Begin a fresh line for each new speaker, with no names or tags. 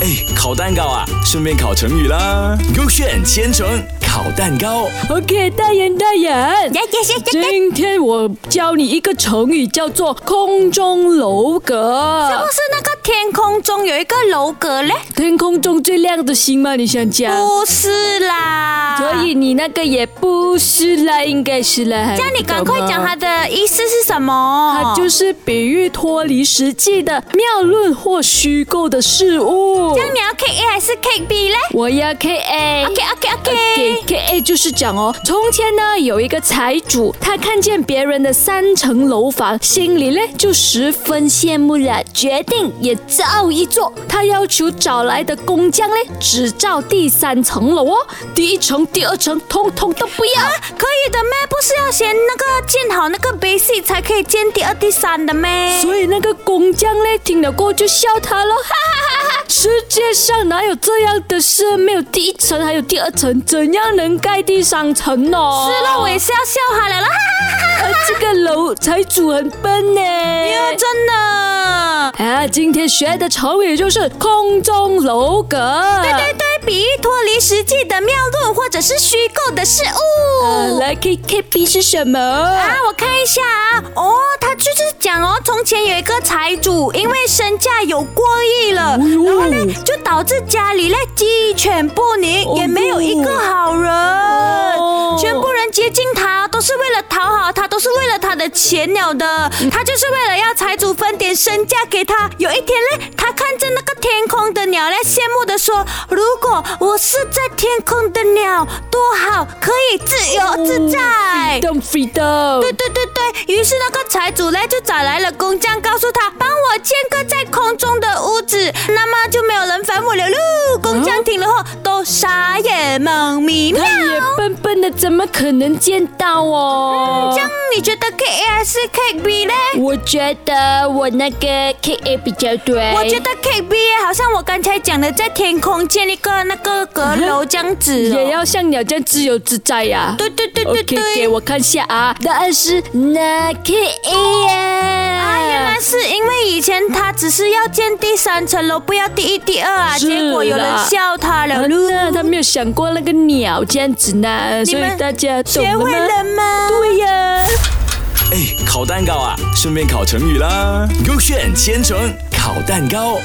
哎，烤蛋糕啊，顺便烤成语啦。勾选千层烤蛋糕，
OK，大眼大眼，
呀呀呀呀呀！
今天我教你一个成语，叫做空中楼
是不
阁。
哦是那个天空中有一个楼阁嘞？
天空中最亮的星吗？你想讲？
不是啦，
嗯所以你那个也不是啦，应该是啦。
那你赶快讲它
它，
的意思是什么？
它就是比喻脱离实际的谬论或虚构的事物
这。样你要 K A 还是 K B 嘞
我要 K A。
？OK OK
给
OK，
K A 就是讲哦，从前呢有一个财主，他看见别人的三层楼房，心里呢就十分羡慕了，决定也造一座。他要求找来的工匠呢，只造第三层楼哦，第一层、第二层通通都不要。
啊可以的咩？不是要先那个建好那个 basic 才可以建第二、第三的咩？
所以那个工匠呢，听了过后就笑他了，哈哈哈哈！世界上哪有这样的事？没有第一层，还有第二层，怎样能盖第三层呢？
是了，我也是要笑他了啦，
呃，这个楼财主很笨呢。哎
真的。
啊，今天学的成语就是空中楼阁。对
对对，比喻脱离实际的谬论或者是虚构的事物。
呃，来 K K B 是什么？
啊，我看一下啊，哦，他就是讲哦，从前有一个财主，因为身价有过亿了，
哦哟
然后呢，就导致家里呢鸡犬不宁，
哦
也没有一个好人，
哦
全部人接近他都是为了讨好他，都是为了他的钱了的，
嗯
他就是为了要财主分点身价给他。有一天呢，他看着那个天空的鸟呢，羡慕的说：“如果我是在天空的鸟，多好，可以自由自在。
，freedom freedom。
对对对对，于是那个财主呢就找来了工匠，告诉他帮我建个在空中的屋子，那么就没有人烦我了喽。工匠听了后都傻眼懵 迷妙。
他也哎笨笨的，怎么可能见到哦？
这样你觉得 K A 还是 K B 呢？
我觉得我那个 K A 比较对。
我觉得 K B 好像我刚才讲的，在天空建一个那个阁楼这样子、哦。
也要像鸟这样自由自在呀、
对对对对
OK，给
对。
我看下啊，答案是那 K A 呀、
啊，原来是因为以前他只是要建第三层楼，不要第一、第二啊，
是
结果有人
啦
笑他了
啊
喽。
那他没有想过那个鸟这样子呢，所以大家懂
学会
吗？
了吗？对呀。
哎，烤蛋糕啊，顺便烤成语啦。勾选千层烤蛋糕。